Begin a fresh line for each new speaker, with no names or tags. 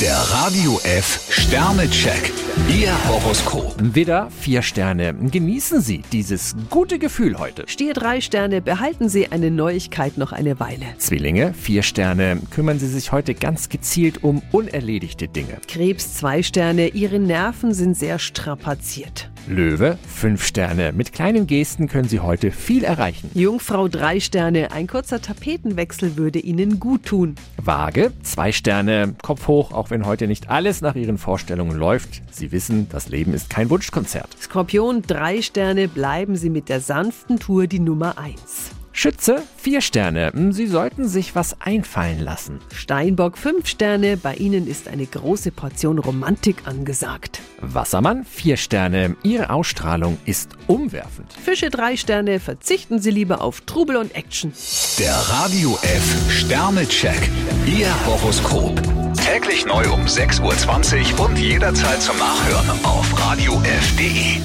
Der Radio F Sternecheck. Ihr Horoskop.
Widder, vier Sterne. Genießen Sie dieses gute Gefühl heute.
Stier drei Sterne, behalten Sie eine Neuigkeit noch eine Weile.
Zwillinge, vier Sterne. Kümmern Sie sich heute ganz gezielt um unerledigte Dinge.
Krebs zwei Sterne, Ihre Nerven sind sehr strapaziert.
Löwe, fünf Sterne. Mit kleinen Gesten können Sie heute viel erreichen.
Jungfrau drei Sterne, ein kurzer Tapetenwechsel würde Ihnen gut tun.
Waage, zwei Sterne. Kopf hoch, auch wenn heute nicht alles nach Ihren Vorstellungen läuft. Sie wissen, das Leben ist kein Wunschkonzert.
Skorpion drei Sterne, bleiben Sie mit der sanften Tour die Nummer eins.
Schütze, vier Sterne. Sie sollten sich was einfallen lassen.
Steinbock fünf Sterne, bei Ihnen ist eine große Portion Romantik angesagt.
Wassermann, vier Sterne. Ihre Ausstrahlung ist umwerfend.
Fische drei Sterne, verzichten Sie lieber auf Trubel und Action.
Der Radio F Sternecheck. Ihr Horoskop. Täglich neu um 6.20 Uhr und jederzeit zum Nachhören auf Radio radiof.de.